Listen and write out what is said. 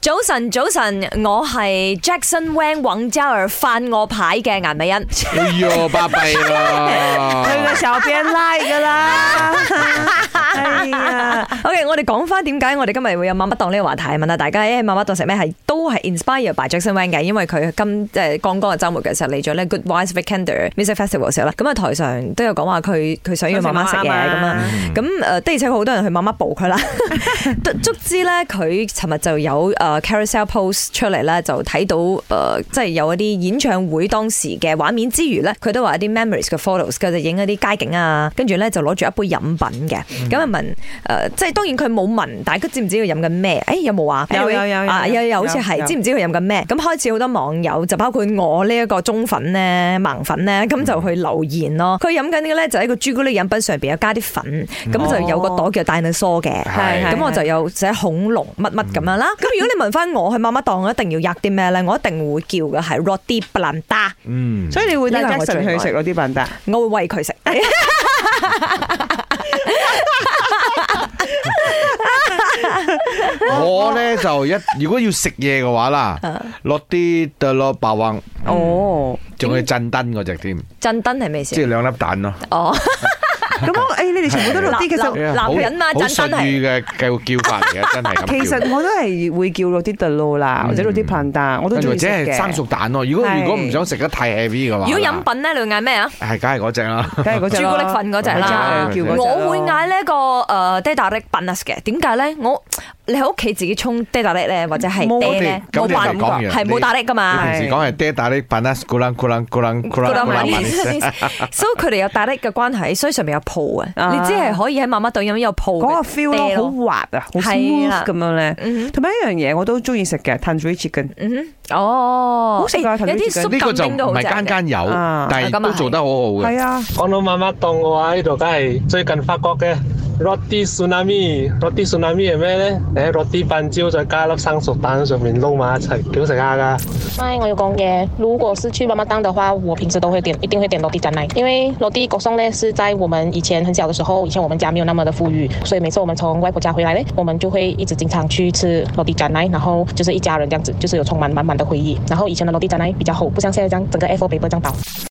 早晨，早晨，我係 Jackson Wang 王嘉爾翻我牌嘅顏美欣。 哎呦，巴閉佢啦個！小編拉噶啦，哎呀， OK，我哋講翻點解我哋今日會有媽媽檔呢個話題，問下大家，誒媽媽檔食咩係都係 inspire by Jackson Wang 嘅，因為佢今誒剛剛嘅週末嘅時候嚟咗咧 Good Vibes Weekender Music Festival 嘅時候啦，咁啊台上都有講話佢佢想要媽媽食嘢咁啊。咁誒的而且確好多人去媽媽報佢啦，足足之咧佢尋日就有誒 carousel post 出嚟咧，就睇到誒即係有一啲演唱會當時嘅畫面之餘咧，佢都話一啲 memories 嘅 photos，佢就影一啲街景啊，跟住咧就攞住一杯飲品嘅，嗯咁啊問誒，即係當然佢冇問，但係佢知唔知佢飲緊咩？誒有冇話有 anyway，有有有啊有有好似有係有知唔知佢飲緊咩？咁開始好多網友就包括我呢一個中粉咧、盲粉咧，咁就去留言咯。佢飲緊嘅咧就係一個朱古力飲品上邊有加啲粉，咁就有個哦朵叫 dinosaur 嘅。係咁我就有寫恐龍乜乜咁樣啦。咁如果你問翻我去媽媽檔，我一定要吔啲咩咧？我一定會叫嘅係 roti blanda，嗯，所以你會帶呢個係我最 Jackson 愛去食嗰啲笨蛋，我會餵佢食。我咧就一如果要食嘢嘅話啦，啊落啲呃特洛白雲，嗯哦，仲係震燈嗰只添，震燈係咩意思啊即？係兩粒蛋咯。哎哦，咁我誒你哋全部都落啲，其嗱實嗱哦男人嘛好震燈係好術語嘅叫叫法嚟嘅，真 係咁叫。其實我都係會叫落啲特魯嗯啦，或者落啲笨蛋，我都跟住或中意食者係嘅，生熟蛋咯。如果係如果唔想食得太 heavy 嘅話，如果飲品咧，你會嗌咩啊？係梗係嗰只啦。梗係嗰朱只古力粉嗰只啦係。叫嗰隻咯我會嗌呢一呃個誒 d a t a r i bananas 嘅，點解咧？我你喺屋企自己沖 d a t a r i 咧，或者係冇爹咧，咁冇你辦就講完 係冇你打力噶你嘛。平時講係爹打啲 banana gulang gulang gulang 覺得 gulang 麻 gulang 所以佢哋有打力嘅關係，所以上面有鋪啊。啊你只係可以喺媽媽檔飲有鋪嗰個嘅 feel 嗲咯，好滑啊，好係啦 smooth 咁樣咧。嗯同埋一樣嘢我都中意食嘅 tandoori chicken，嗯哼哦，好食㗎欸頭有先啲食緊粟呢個咁就丁都唔好正係間嘅。間有啊，但係咁啊都做得好好嘅係。啊，講到媽媽檔嘅話，呢度梗係最近法國嘅 roti tsunami，roti tsunami 係咩咧？你喺 roti 笨椒再加粒生熟蛋上面撈埋一齊，幾好食下㗎。麦我有讲嘅，如果是去妈妈档的话，我平时都会点，一定会点罗蒂蘸奶，因为罗蒂狗送呢是在我们以前很小的时候，以前我们家没有那么的富裕，所以每次我们从外婆家回来呢，我们就会一直经常去吃罗蒂蘸奶，然后就是一家人这样子，就是有充满满满的回忆。然后以前的罗蒂蘸奶比较厚，不像现在这样整个 F O paper 这样薄。